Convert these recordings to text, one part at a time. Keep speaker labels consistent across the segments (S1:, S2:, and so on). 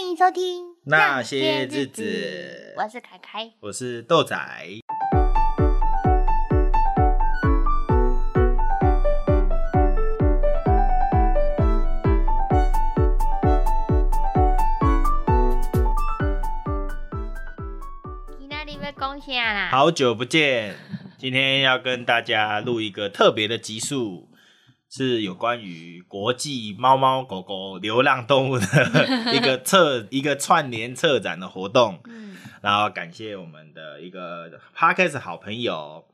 S1: 迎收听
S2: 那些日子
S1: 我是凯凯。
S2: 我是豆仔。
S1: 今天你要讲啥啦？，
S2: 好久不见，今天要跟大家录一个特别的集数，是有关于国际猫猫狗狗流浪动物的 一个策一个串联策展的活动。
S1: 嗯，
S2: 然后感谢我们的一个 podcast 好朋友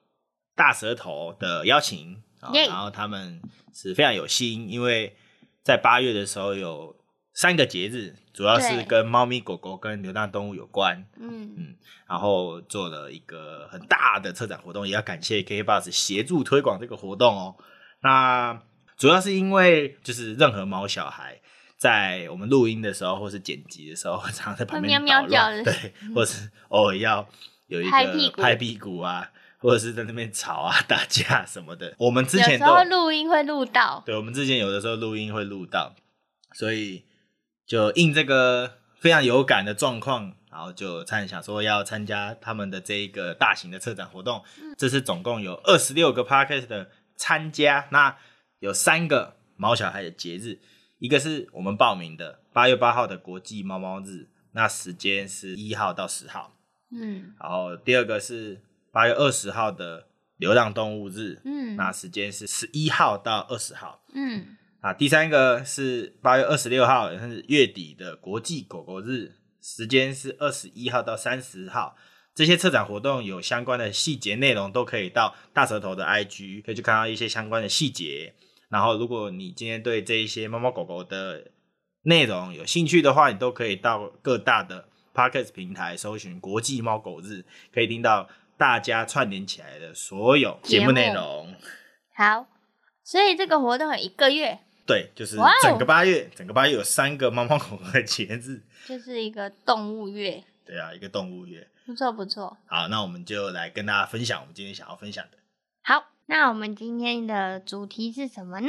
S2: 大舌头的邀请，啊
S1: 耶
S2: 然后他们是非常有心，因为在八月的时候有三个节日，主要
S1: 对
S2: 是跟猫咪、狗狗跟流浪动物有关，
S1: 嗯，
S2: 然后做了一个很大的策展活动，也要感谢 K Bus 协助推广这个活动哦。那主要是因为就是任何毛小孩。在我们录音的时候，或是剪辑的时候， 常常在旁边
S1: 会喵喵
S2: 捣乱
S1: 叫的
S2: 对，或是偶尔要有一个
S1: 拍屁股
S2: 拍屁股啊，或者是在那边吵啊、打架什么的。我们之
S1: 有
S2: 前
S1: 时
S2: 都有
S1: 候录音会录到，
S2: 对，我们之前有的时候录音会录到，所以就应这个非常有感的状况，然后就参想说要参加他们的这一个大型的策展活动。这次总共有二十六个 podcast 的参加，那有三个毛小孩的节日，一个是我们报名的八月八号的国际猫猫日，那时间是一号到十号，
S1: 嗯
S2: 然后第二个是八月二十号的流浪动物日，
S1: 嗯
S2: 那时间是十一号到二十号。
S1: 嗯
S2: 啊，第三个是八月二十六号，也是月底的国际狗狗日，时间是二十一号到三十号。这些策展活动有相关的细节内容，都可以到大舌头的 IG 可以去看到一些相关的细节。然后，如果你今天对这一些猫猫狗狗的内容有兴趣的话，你都可以到各大的 Podcast 平台搜寻“国际猫狗日”，可以听到大家串联起来的所有节目内
S1: 节目
S2: 容。
S1: 好，所以这个活动有一个月，
S2: 对，就是
S1: 哇哦
S2: 整个八月，整个八月有三个猫猫狗狗的节日。
S1: 就是一个动物月，
S2: 对啊，一个动物月。
S1: 不错不错。
S2: 好，那我们就来跟大家分享我们今天想要分享的。
S1: 好，那我们今天的主题是什么呢？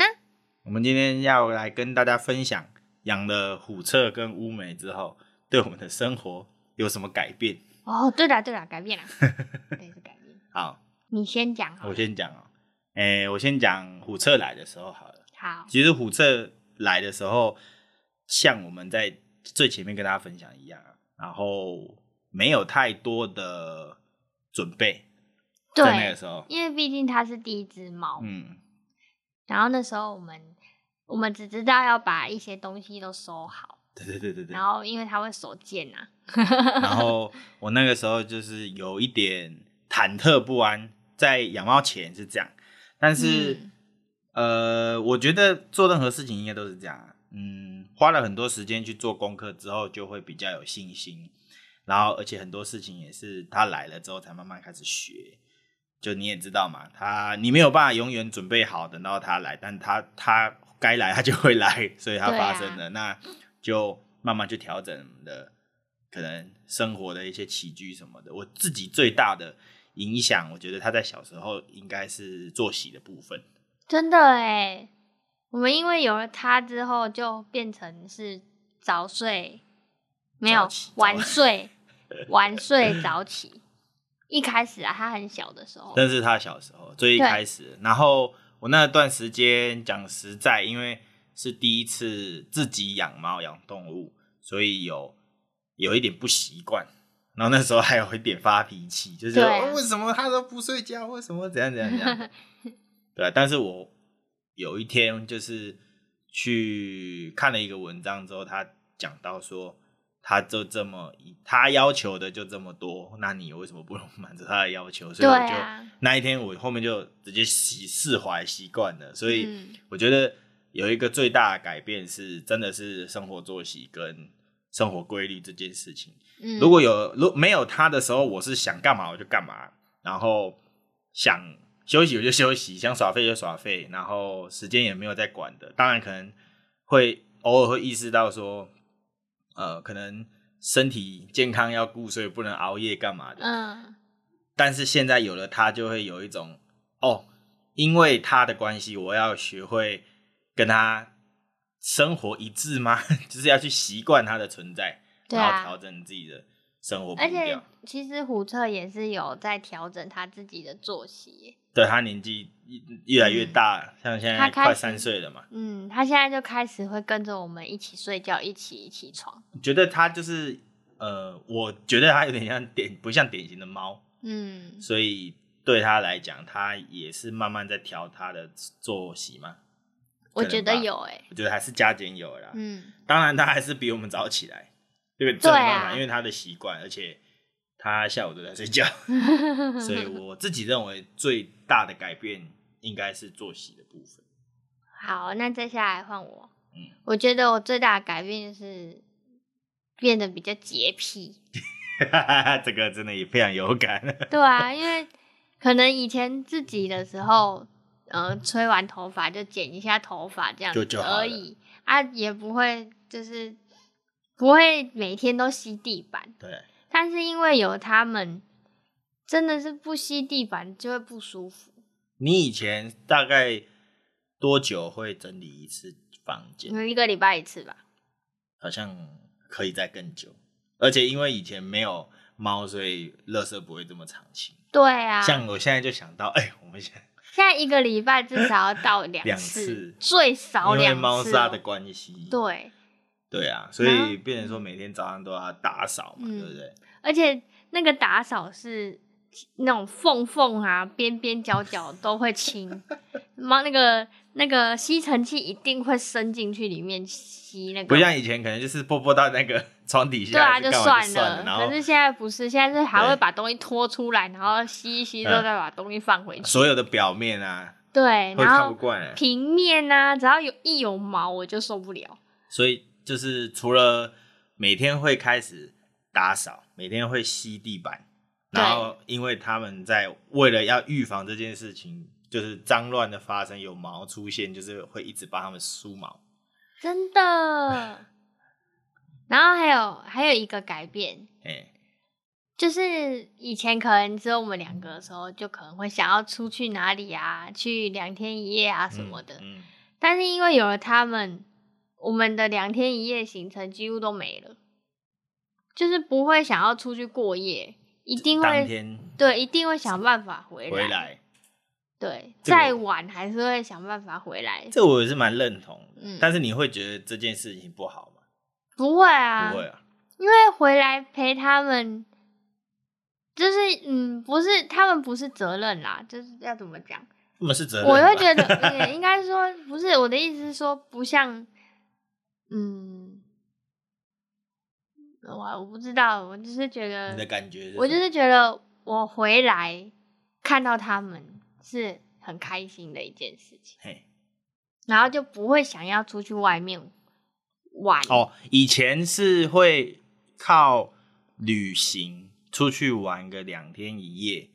S2: 我们今天要来跟大家分享养了虎彻跟乌梅之后，对我们的生活有什么改变。
S1: 哦，对了对了，改 变了，对是改变。
S2: 好，
S1: 你先讲好
S2: 我
S1: 了，
S2: 先讲哦、诶、我先讲虎彻来的时候好了。
S1: 好，
S2: 其实虎彻来的时候，像我们在最前面跟大家分享一样啊，然后没有太多的准备，在那个
S1: 对，
S2: 时候，
S1: 因为毕竟它是第一只猫，
S2: 嗯，
S1: 然后那时候我们我们只知道要把一些东西都收好，
S2: 对对对对对。
S1: 然后因为它会手贱啊呐、
S2: 然后我那个时候就是有一点忐忑不安，在养猫前是这样，但是、
S1: 嗯
S2: 呃，我觉得做任何事情应该都是这样啊，嗯，花了很多时间去做功课之后，就会比较有信心。然后，而且很多事情也是他来了之后才慢慢开始学。就你也知道嘛，他你没有办法永远准备好等到他来，但他他该来他就会来，所以他
S1: 对啊
S2: 发生了，那就慢慢去调整我们的可能生活的一些起居什么的。我自己最大的影响，我觉得他在小时候应该是作息的部分。
S1: 真的哎，我们因为有了它之后，就变成是早睡，没有
S2: 早起
S1: 晚
S2: 早
S1: 睡，晚睡早起。一开始啊，它很小的时候，
S2: 认识他小时候最一开始，然后我那段时间讲实在，因为是第一次自己养猫养动物，所以有有一点不习惯，然后那时候还有一点发脾气，就是说、
S1: 对啊
S2: 哦为什么它都不睡觉，为什么怎样怎样怎样，对啊、但是我有一天就是去看了一个文章之后，他讲到说。他就这么一，他要求的就这么多，那你为什么不能满足他的要求？
S1: 对
S2: 所以我就
S1: 啊，
S2: 那一天我后面就直接习释怀习惯了，所以
S1: 嗯，
S2: 我觉得有一个最大的改变是，真的是生活作息跟生活规律这件事情。
S1: 嗯
S2: 如果有如没有他的时候，我是想干嘛我就干嘛，然后想休息我就休息，想耍废就耍废，然后时间也没有在管的。当然可能会偶尔会意识到说，呃，可能身体健康要顾，所以不能熬夜干嘛的。
S1: 嗯，
S2: 但是现在有了它，就会有一种哦，因为它的关系，我要学会 跟它生活一致吗？就是要去习惯它的存在，
S1: 对啊
S2: 然后调整自己的生活步
S1: 而且
S2: 调。
S1: 其实虎彻也是有在调整他自己的作息耶，
S2: 对他年纪越越来越大，像现在
S1: 他开
S2: 快
S1: 始
S2: 三岁了嘛，
S1: 嗯，他现在就开始会跟着我们一起睡觉，一起起床，
S2: 觉得他就是呃，我觉得他有点像典不像典型的猫，
S1: 嗯，
S2: 所以对他来讲，他也是慢慢在调他的作息嘛。
S1: 我
S2: 可能
S1: 觉得
S2: 吧
S1: 有哎、
S2: 我觉得还是加减有啦，
S1: 嗯，
S2: 当然他还是比我们早起来，这个正常
S1: 对啊
S2: 因为他的习惯，而且他下午都在睡 觉， 所
S1: 嗯
S2: 以我自己认为最大的改变应该是作息的部分。
S1: 好，那接下来换我，
S2: 嗯
S1: 我觉得我最大的改变就是变得比较洁癖，
S2: 这个真的也非常有 感，
S1: 对啊，因为可能以前自己的时候，呃，吹完头发就剪一下头发这样
S2: 就
S1: 子
S2: 就好
S1: 而已啊，也不会就是不会每天都吸地板，
S2: 对，
S1: 但是因为有他们，真的是不吸地板就会不舒服。
S2: 你以前大概多久会整理一次房间？
S1: 有一个礼拜一次吧，
S2: 好像可以再更久，而且因为以前没有猫，所以垃圾不会这么长期。
S1: 对啊，现
S2: 像我现在就想到，哎、我们现在
S1: 在一个礼拜至少要到两
S2: 两次
S1: 次，最少
S2: 因为
S1: 两次、
S2: 猫砂的
S1: 哦。
S2: 关系，
S1: 对，
S2: 对啊，所
S1: 然后
S2: 以变成说每天早上都要打扫嘛，
S1: 嗯
S2: 对不对？
S1: 而且那个打扫是那种缝缝啊、边边角角都会 清，猫那个那个吸尘器一定会伸进去里面吸那个，
S2: 不像以前可能就是波波到那个 床底下，
S1: 对啊，
S2: 还是干嘛
S1: 算
S2: 就
S1: 了。
S2: 然
S1: 可
S2: 后
S1: 是现在不是，现在是还会
S2: 对
S1: 把东西拖出来，然后吸一吸，之后
S2: 嗯
S1: 再把东西放回去。
S2: 所有的表面啊，
S1: 对，
S2: 会
S1: 哎然
S2: 看不
S1: 后
S2: 惯、
S1: 平面啊，只要有一有毛我就受不了。
S2: 所以就是除了每天会开始打扫，每天会吸地板，
S1: 对
S2: 然后因为他们在为了要预防这件事情，就是脏乱的发生，有毛出现，就是会一直帮他们梳毛。
S1: 真的。然后还有还有一个改变，
S2: 哎、
S1: 就是以前可能只有我们两个的时候，就可能会想要出去哪里啊，去两天一夜啊什么的。
S2: 嗯，嗯
S1: 但是因为有了他们，我们的两天一夜行程几乎都没了，就是不会想要出去过夜，一定
S2: 当
S1: 会
S2: 天
S1: 对，一定会想办法回来。
S2: 回来，
S1: 对，
S2: 这个
S1: 再晚还是会想办法回来。
S2: 这我也是蛮认同的。
S1: 嗯
S2: 但是你会觉得这件事情不好吗？
S1: 不会啊，
S2: 不会啊，
S1: 因为回来陪他们，就是嗯，不是他们不是责任啦，就是要怎么讲？
S2: 他们是责任吧。
S1: 我会觉得， 也应该说不是我的意思是说，不像，嗯，我我不知道，我就是觉得
S2: 你的，感觉什么，
S1: 我就是觉得我回来看到他们是很开心的一件事情，
S2: 嘿
S1: 然后就不会想要出去外面玩。
S2: 哦，以前是会靠旅行出去玩个两天一夜，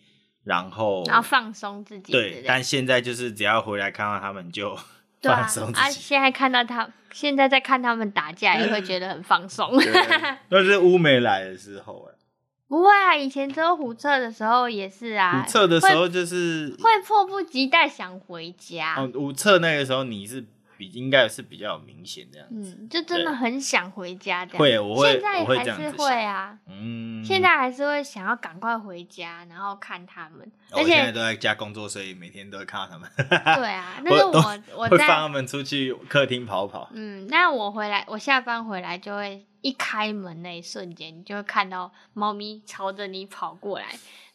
S2: 然后
S1: 然后放松自己之类的，
S2: 对，但现在就是只要回来看到他们就
S1: 对啊
S2: 放松，
S1: 啊，
S2: 自己。
S1: 现在看到他，现在在看他们打架，也会觉得很放松。
S2: 对那是乌梅来的时候啊，
S1: 不会啊，以前只有虎彻的时候也是啊，
S2: 五测的时候就是
S1: 会啊会迫不及待想回家，
S2: 哦，五测那个时候你是比应该是比较有明显这样子，
S1: 嗯，就真的
S2: 对
S1: 很想回家这样。
S2: 会啊我会
S1: 现在
S2: 我会
S1: 还
S2: 这样
S1: 是
S2: 子
S1: 会
S2: 想
S1: 啊，
S2: 嗯，
S1: 现在还是会想要赶快回家，然后看他们，
S2: 哦
S1: 而
S2: 我现在
S1: 且
S2: 都在家工作，所以每天都会看到他们，
S1: 对啊， 但是
S2: 我都
S1: 我我
S2: 会放他
S1: 在
S2: 们出去客厅跑跑。
S1: 嗯，那我回来，我下班回来就会一开门那一瞬间，你就会看到猫咪朝着你跑过来，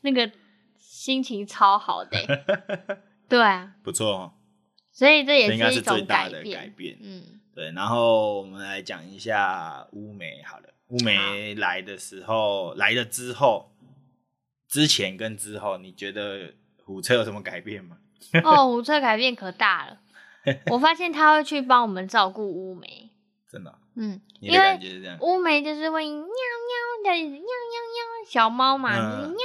S1: 那个心情超好的欸、 对啊，
S2: 不错哦，
S1: 所以这也
S2: 这应该
S1: 一
S2: 是最
S1: 种
S2: 大
S1: 改
S2: 的
S1: 变。
S2: 改变。
S1: 嗯，
S2: 对，然后我们来讲一下乌梅好了。乌梅来的时候，来了之后，之前跟之后，你觉得虎车有什么改变吗？
S1: 哦，虎彻改变可大 了。我发现他会去帮我们照顾乌梅，
S2: 真的哦，
S1: 嗯，
S2: 你
S1: 因
S2: 的
S1: 为
S2: 感觉是这样。
S1: 乌梅就是会喵喵的，喵喵喵，小猫嘛，就是喵喵喵
S2: 嗯
S1: 喵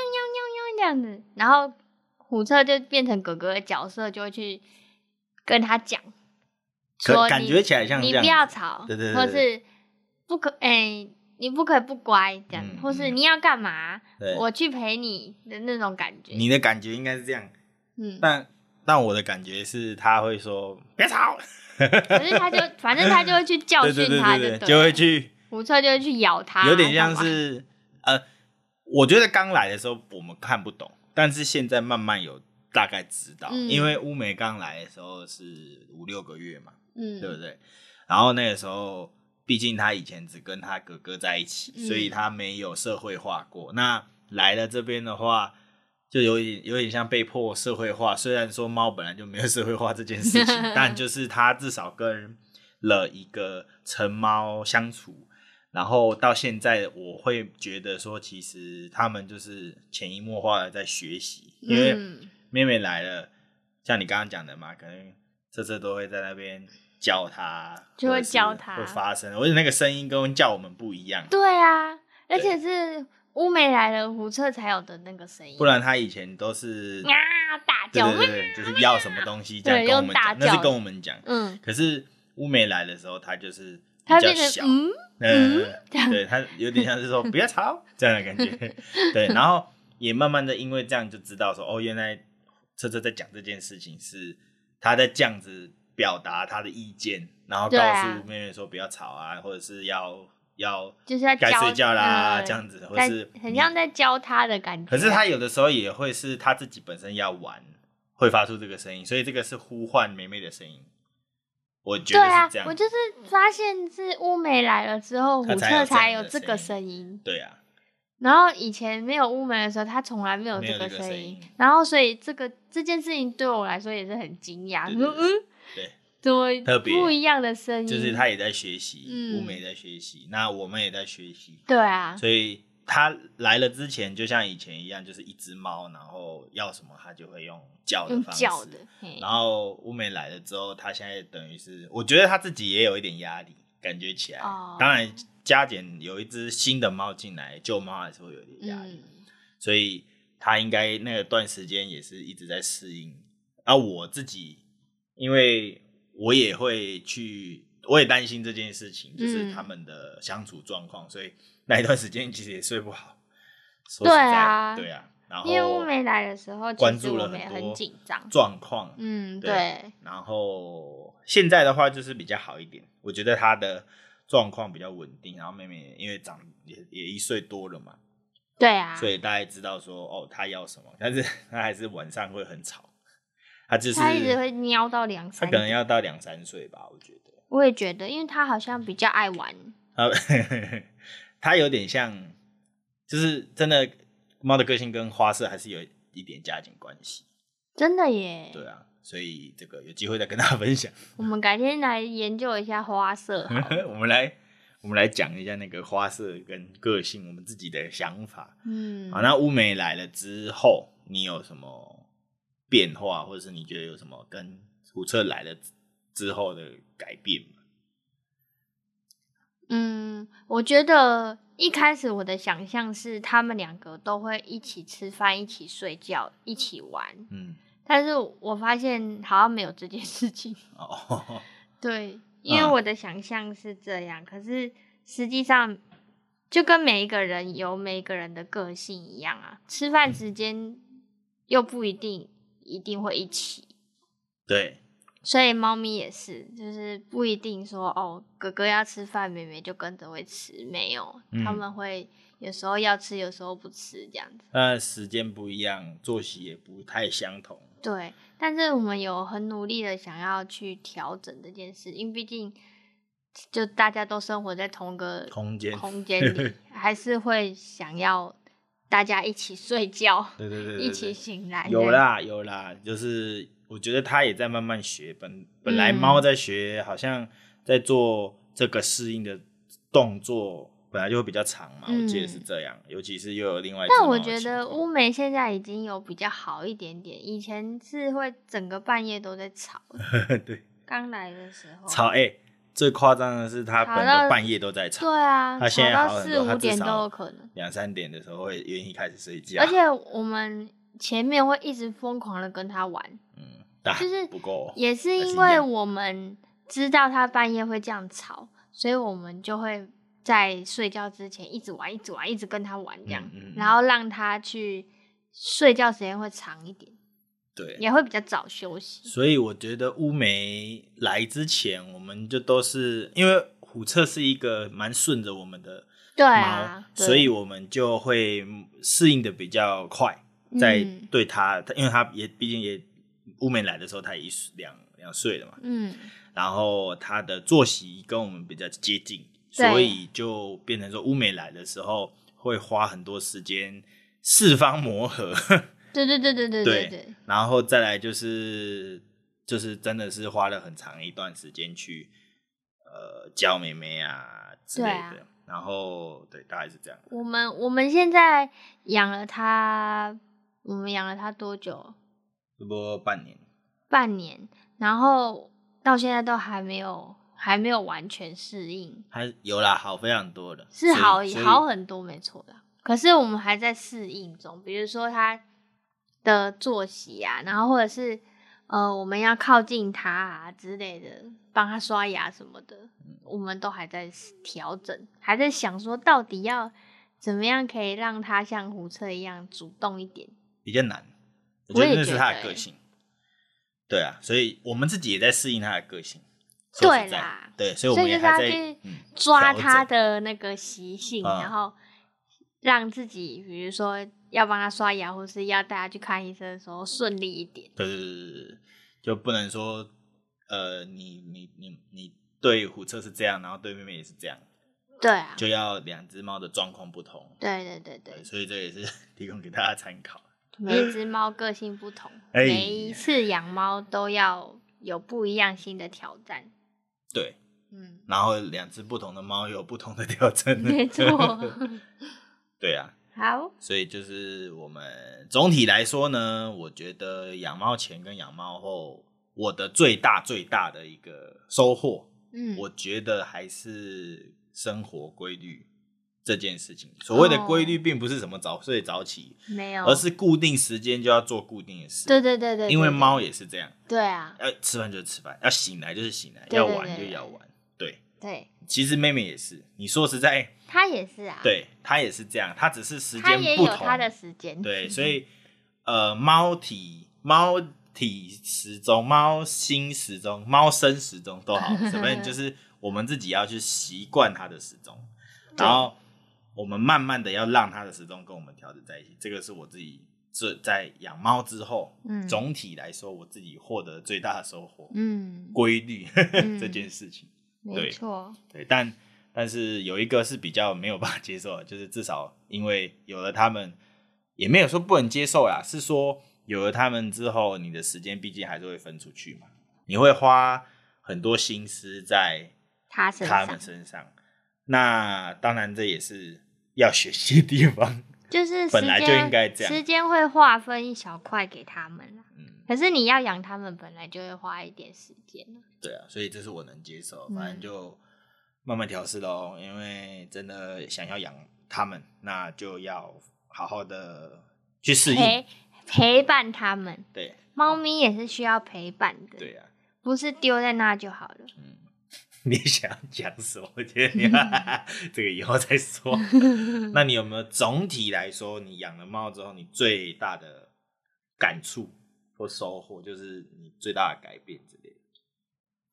S1: 这样子。然后虎彻就变成哥哥的角色，就会去跟他讲，
S2: 可
S1: 说
S2: 感
S1: 你
S2: 觉起来像这
S1: 你
S2: 样
S1: 不
S2: 子，
S1: 要吵，
S2: 对对对
S1: 或
S2: 对
S1: 是不可哎、你不可以不乖这样，
S2: 嗯
S1: 或是
S2: 嗯
S1: 你要干嘛，
S2: 对，
S1: 我去陪你的那种感觉。
S2: 你的感觉应该是这样，
S1: 嗯，
S2: 但但我的感觉是他会说别吵，
S1: 可是他就反正他就会去教
S2: 对对
S1: 训
S2: 对
S1: 他对
S2: 对就
S1: 了啊
S2: 会去
S1: 福特就会去咬它，
S2: 有点
S1: 干
S2: 像
S1: 嘛
S2: 是呃，我觉得刚来的时候我们看不懂，但是现在慢慢有大概知道，
S1: 嗯
S2: 因为乌梅刚来的时候是五六个月嘛，
S1: 嗯，
S2: 对不对？然后那个时候，毕竟他以前只跟他哥哥在一起，
S1: 嗯
S2: 所以他没有社会化过。那来了这边的话，就有点有点像被迫社会化。虽然说猫本来就没有社会化这件 事情，但就是它至少跟了一个成猫相处。然后到现在，我会觉得说，其实他们就是潜移默化的在学习，因为
S1: 嗯
S2: 妹妹来了，像你刚刚讲的嘛，可能这次都会在那边叫她，
S1: 就会
S2: 或者是
S1: 叫她
S2: 会发声，而且那个声音跟叫我们不一样，
S1: 对啊，而且是乌梅来了，胡彻才有的那个声音，
S2: 不然她以前都是，
S1: 啊大
S2: 对
S1: 叫，
S2: 对对，对就是要什么东西这样
S1: 对
S2: 跟我
S1: 用
S2: 们
S1: 大
S2: 讲，那
S1: 叫
S2: 是跟我们讲。
S1: 嗯，
S2: 可是乌梅来的时候，她就是比
S1: 它
S2: 较
S1: 变
S2: 小
S1: 成，嗯，
S2: 嗯，
S1: 这 样
S2: 对她有点像是说不要吵这样的 感觉，对，然后也慢慢的因为这样就知道说，哦，原来车车在讲这件事情是他在这样子表达他的意见，然后
S1: 对
S2: 告
S1: 啊
S2: 诉妹妹说不要吵啊，或者是要要
S1: 就是在
S2: 该
S1: 教
S2: 睡觉啦、
S1: 嗯
S2: 这样子，或
S1: 在
S2: 是嗯
S1: 很像啊在教他的感觉。
S2: 可是他有的时候也会是他自己本身要玩，会发出这个声音，所以这个是呼唤妹妹的声音。我觉
S1: 对
S2: 得是
S1: 啊
S2: 这，样，
S1: 我就是发现是乌梅来了之后，
S2: 他
S1: 虎彻
S2: 才有这
S1: 才
S2: 样
S1: 有
S2: 的
S1: 这个
S2: 声
S1: 声音。
S2: 对啊，
S1: 然后以前没有乌梅的时候，他从来没有
S2: 没
S1: 这
S2: 有
S1: 个
S2: 这个
S1: 声
S2: 声
S1: 音
S2: 音。
S1: 然后所以这个这件事情对我来说也是很惊讶，
S2: 对
S1: 我说
S2: 对
S1: 嗯，
S2: 对。
S1: 怎么
S2: 特别
S1: 不一样的声音？
S2: 就是他也在学习，
S1: 嗯
S2: 乌梅也在学习，那我们也在学习，
S1: 对啊，
S2: 所以他来了之前就像以前一样，就是一只猫，然后要什么它就会用叫的
S1: 用
S2: 方式。
S1: 叫的，嘿
S2: 然后乌梅来了之后，他现在等于是，我觉得他自己也有一点压力，感觉起来。
S1: 哦
S2: 当然，加减有一只新的猫进来，旧猫还是会有点压力，
S1: 嗯，
S2: 所以他应该那个段时间也是一直在适应。啊，我自己因为我也会去，我也担心这件事情，就是
S1: 嗯
S2: 他们的相处状况，所以那一段时间其实也睡不好。说
S1: 对
S2: 实在
S1: 啊
S2: 对啊，然后
S1: 因为乌梅来的时候，其
S2: 关
S1: 实
S2: 注
S1: 我
S2: 了
S1: 们也
S2: 很
S1: 很
S2: 多
S1: 紧张。
S2: 状况，
S1: 嗯，
S2: 对
S1: 对，
S2: 然后现在的话就是比较好一点，我觉得他的状况比较稳定。然后妹妹因为长也也一岁多了嘛，
S1: 对啊，
S2: 所以大概知道说哦她要什么，但是她还是晚上会很吵，她就是
S1: 他一直会喵到两
S2: 她
S1: 三
S2: 可能
S1: 点。
S2: 要到两三岁吧，我觉得
S1: 我也觉得，因为他好像比较爱玩，
S2: 她她有点像，就是真的猫的个性跟花色还是有一点家庭关系，
S1: 真的耶。
S2: 对啊，所以这个有机会再跟大家分享。
S1: 我们改天来研究一下花色好了。
S2: 我们来我们来讲一下那个花色跟个性，我们自己的想法。
S1: 嗯，
S2: 好，那乌梅来了之后，你有什么变化，或者是你觉得有什么跟虎彻来了之之后的改变吗？
S1: 嗯，我觉得一开始我的想象是他们两个都会一起吃饭、一起睡觉、一起玩，
S2: 嗯，
S1: 但是我发现好像没有这件事情。
S2: 哦，
S1: 对，因为
S2: 嗯
S1: 我的想象是这样，可是实际上就跟每一个人有每一个人的个性一样啊，吃饭时间又不一定一定会一起。
S2: 对，
S1: 所以猫咪也是，就是不一定说哦，哥哥要吃饭，妹妹就跟着会吃，没有，
S2: 嗯
S1: 他们会有时候要吃，有时候不吃这样子。
S2: 那时间不一样，作息也不太相同。
S1: 对，但是我们有很努力的想要去调整这件事，因为毕竟就大家都生活在同个
S2: 空间
S1: 空间里，还是会想要大家一起睡觉，
S2: 对对对对对
S1: 一起醒来。
S2: 有
S1: 啦，
S2: 啦有啦，就是我觉得他也在慢慢学。本本来
S1: 嗯
S2: 猫在学，好像在做这个适应的动作，本来就会比较长嘛，我记得是
S1: 嗯
S2: 这样。尤其是又有另外一只
S1: 但
S2: 猫
S1: 我
S2: 的
S1: 觉
S2: 情况，
S1: 得乌梅现在已经有比较好一点点，以前是会整个半夜都在吵。
S2: 对
S1: 刚来的时候，
S2: 吵哎、最夸张的是他
S1: 哦吵
S2: 本
S1: 到
S2: 个半夜都在吵，
S1: 对啊，
S2: 他
S1: 吵
S2: 现在好
S1: 到
S2: 很
S1: 四
S2: 多，他
S1: 五
S2: 至
S1: 点都有
S2: 少
S1: 可能。
S2: 两三点的时候会愿意开始睡觉，
S1: 而且我们前面会一直疯狂的跟他玩，
S2: 嗯，但
S1: 就是
S2: 不够，
S1: 也是
S2: 还是
S1: 因
S2: 一
S1: 为
S2: 样
S1: 我们知道他半夜会这样吵，所以我们就会在睡觉之前一直玩，一直玩，一直跟他玩这样，
S2: 嗯嗯嗯
S1: 然后让他去睡觉时间会长一点，
S2: 对，
S1: 也会比较早休息。
S2: 所以我觉得乌梅来之前，我们就都是因为虎彻是一个蛮顺着我们的
S1: 对
S2: 毛，
S1: 啊，对
S2: 所以我们就会适应的比较快，在
S1: 嗯
S2: 对它，它因为它也毕竟也乌梅来的时候，它也一两两岁了嘛，
S1: 嗯，
S2: 然后它的作息跟我们比较接近，
S1: 对
S2: 所以就变成说乌梅来的时候会花很多时间四方磨合，
S1: 对对对对对
S2: 对
S1: 对，
S2: 然后再来就是就是真的是花了很长一段时间去呃教妹妹啊之类
S1: 对啊
S2: 的，然后对大概是这样，
S1: 我们我们现在养了它，我们养了它多久？
S2: 差不多半年。
S1: 半年，然后到现在都还没有还没有完全适应，
S2: 还有啦，好非常多的，
S1: 是好
S2: 所以所以
S1: 好很多，没错啦。可是我们还在适应中，比如说它的作息啊，然后或者是呃，我们要靠近它啊之类的，帮它刷牙什么的，我们都还在调整，还在想说到底要怎么样可以让它像胡车一样主动一点。
S2: 比较难。我
S1: 我
S2: 觉得
S1: 也
S2: 那是
S1: 觉
S2: 他
S1: 得
S2: 的个
S1: 欸
S2: 性。对啊，所以我们自己也在适应他的个性。说
S1: 对
S2: 实在
S1: 啦，
S2: 对，所以我
S1: 所以
S2: 们也
S1: 就是要
S2: 还在
S1: 去
S2: 嗯
S1: 抓
S2: 调
S1: 他
S2: 整
S1: 的那个习性，
S2: 嗯
S1: 然后让自己，比如说要帮他刷牙，或是要带他去看医生的时候顺利一点。
S2: 对对对对对，就不能说呃，你你你你对虎彻是这样，然后对妹妹也是这样，
S1: 对啊，
S2: 就要两只猫的状况不同。
S1: 对对对
S2: 对，
S1: 对，
S2: 所以这也是 提供给大家参考。
S1: 每一只猫个性不同，
S2: 哎
S1: 每一次养猫都要有不一样新的挑战。
S2: 对，
S1: 嗯，
S2: 然后两只不同的猫有不同的调整。
S1: 没错。
S2: 对啊，
S1: 好，
S2: 所以就是我们总体来说呢，我觉得养猫前跟养猫后，我的最大最大的一个收获，
S1: 嗯，
S2: 我觉得还是生活规律这件事情。所谓的
S1: 哦
S2: 规律，并不是什么早睡早起，
S1: 没有，
S2: 而是固定时间就要做固定的事。
S1: 对对对对，
S2: 因为
S1: 对，
S2: 猫也是这样，
S1: 对啊，
S2: 要吃饭就是吃饭，要醒来就是醒来，
S1: 对
S2: 要
S1: 对
S2: 玩就
S1: 对
S2: 要玩。对，
S1: 对，
S2: 其实妹妹也是，你说实在，
S1: 它也是啊，，
S2: 对她也是这样，她只是时
S1: 它
S2: 间
S1: 也
S2: 不
S1: 有
S2: 同。
S1: 它的时 间，
S2: 对，所以呃，猫体猫体时钟、猫心时钟、猫身时钟都 好，反正就是我们自己要去习惯它的时钟，
S1: 对
S2: 然后我们慢慢的要让它的时钟跟我们调整在一起。这个是我自己这在养猫之后，
S1: 嗯
S2: 总体来说我自己获得最大的收获，
S1: 嗯，
S2: 规律
S1: 嗯
S2: 这件事情。
S1: 没
S2: 对
S1: 错，
S2: 对，但但是有一个是比较没有办法接受的，就是至少因为有了他们，也没有说不能接受啦，是说有了他们之后，你的时间毕竟还是会分出去嘛，你会花很多心思在
S1: 它身
S2: 他
S1: 上
S2: 们身上。那当然，这也是要学习的地方。
S1: 就是
S2: 本
S1: 时
S2: 来就
S1: 间
S2: 应该这样
S1: 时间会划分一小块给他们啦。
S2: 嗯，
S1: 可是你要养他们，本来就会花一点时间啊。
S2: 对啊，所以这是我能接受，
S1: 嗯
S2: 反正就慢慢调试喽。因为真的想要养他们，那就要好好的去适应。
S1: 陪陪伴他们，
S2: 对
S1: 猫咪也是需要陪伴的，
S2: 对啊，
S1: 不是丢在那就好了。
S2: 你想要讲什么？我觉得你
S1: 嗯
S2: 这个以后 再说。那你有没有总体来说，你养了猫之后，你最大的感触或收获，就是你最大的改变之类的？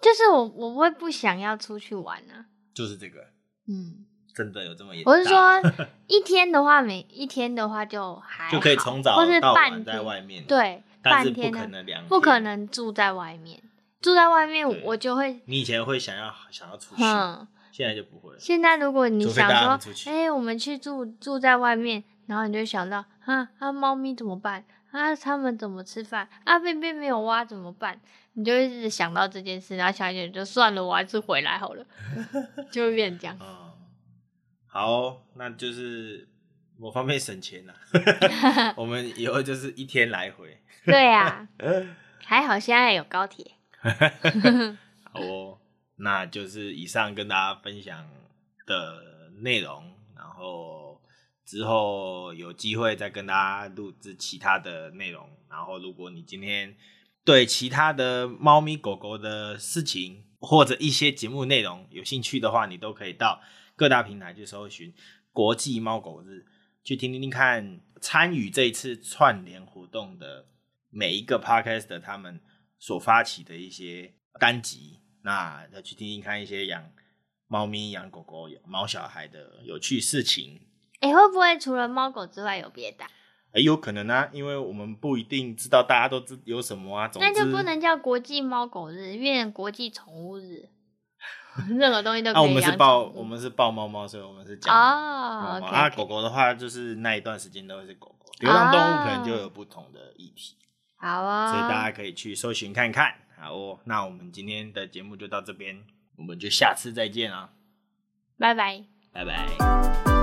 S1: 就是我我会不想要出去玩啊，
S2: 就是这个，
S1: 嗯，
S2: 真的有这么严？
S1: 我是，说一天的话，每一天的话就还好
S2: 就可以从早
S1: 或是
S2: 到
S1: 半
S2: 晚
S1: 天
S2: 在外面，，
S1: 对，
S2: 但
S1: 半
S2: 是不
S1: 天
S2: 可
S1: 呢
S2: 能两天，
S1: 不可。能住在外面，住在外面
S2: 对
S1: 我就会
S2: 你以前会想要想要出去，
S1: 嗯。
S2: 现在就不会了。
S1: 现在如果你
S2: 除非
S1: 想
S2: 大家
S1: 说
S2: 能出，去
S1: 哎、我们去住住在外面，然后你就想到，啊啊，猫咪怎么办？啊，它们怎么吃饭？啊，便便没有挖怎么办？你就一直想到这件事，然后想一想就算了，我还是回来 好了，就会变成这样。
S2: 嗯，好哦、那就是某方面省钱啦、我们以后就是一天来回。
S1: 对啊， 还好现在有高铁。
S2: 好哦，那就是以上跟大家分享的内容，然后之后有机会再跟大家录制其他的内容。然后，如果你今天对其他的猫咪狗狗的事情或者一些节目内容有兴趣的话，你都可以到各大平台去搜寻“国际猫狗日”，去听听听看参与这一次串联活动的每一个 podcast 他们所发起的一些单集，那要去听听看一些养猫咪养狗狗、养猫小孩的有趣事情。
S1: 哎、会不会除了猫狗之外有别的啊？
S2: 哎，有可能啊，因为我们不一定知道大家都知有什么啊。总之，
S1: 那就不能叫国际猫狗日，变成国际宠物日， 任何东西都
S2: 啊，
S1: 可
S2: 我
S1: 以
S2: 们
S1: 养宠物。
S2: 是抱我们是抱猫猫，所以我们是讲猫
S1: 哦
S2: 猫
S1: ，OK，哦
S2: 啊。狗
S1: 狗
S2: 狗的话，就是那一段时间都会是狗狗。流浪动物可能就有不同的议题，
S1: 好哦，
S2: 所以大家可以去搜寻看看。好哦，那我们今天的节目就到这边，我们就下次再见啊，
S1: 拜拜。
S2: 拜拜。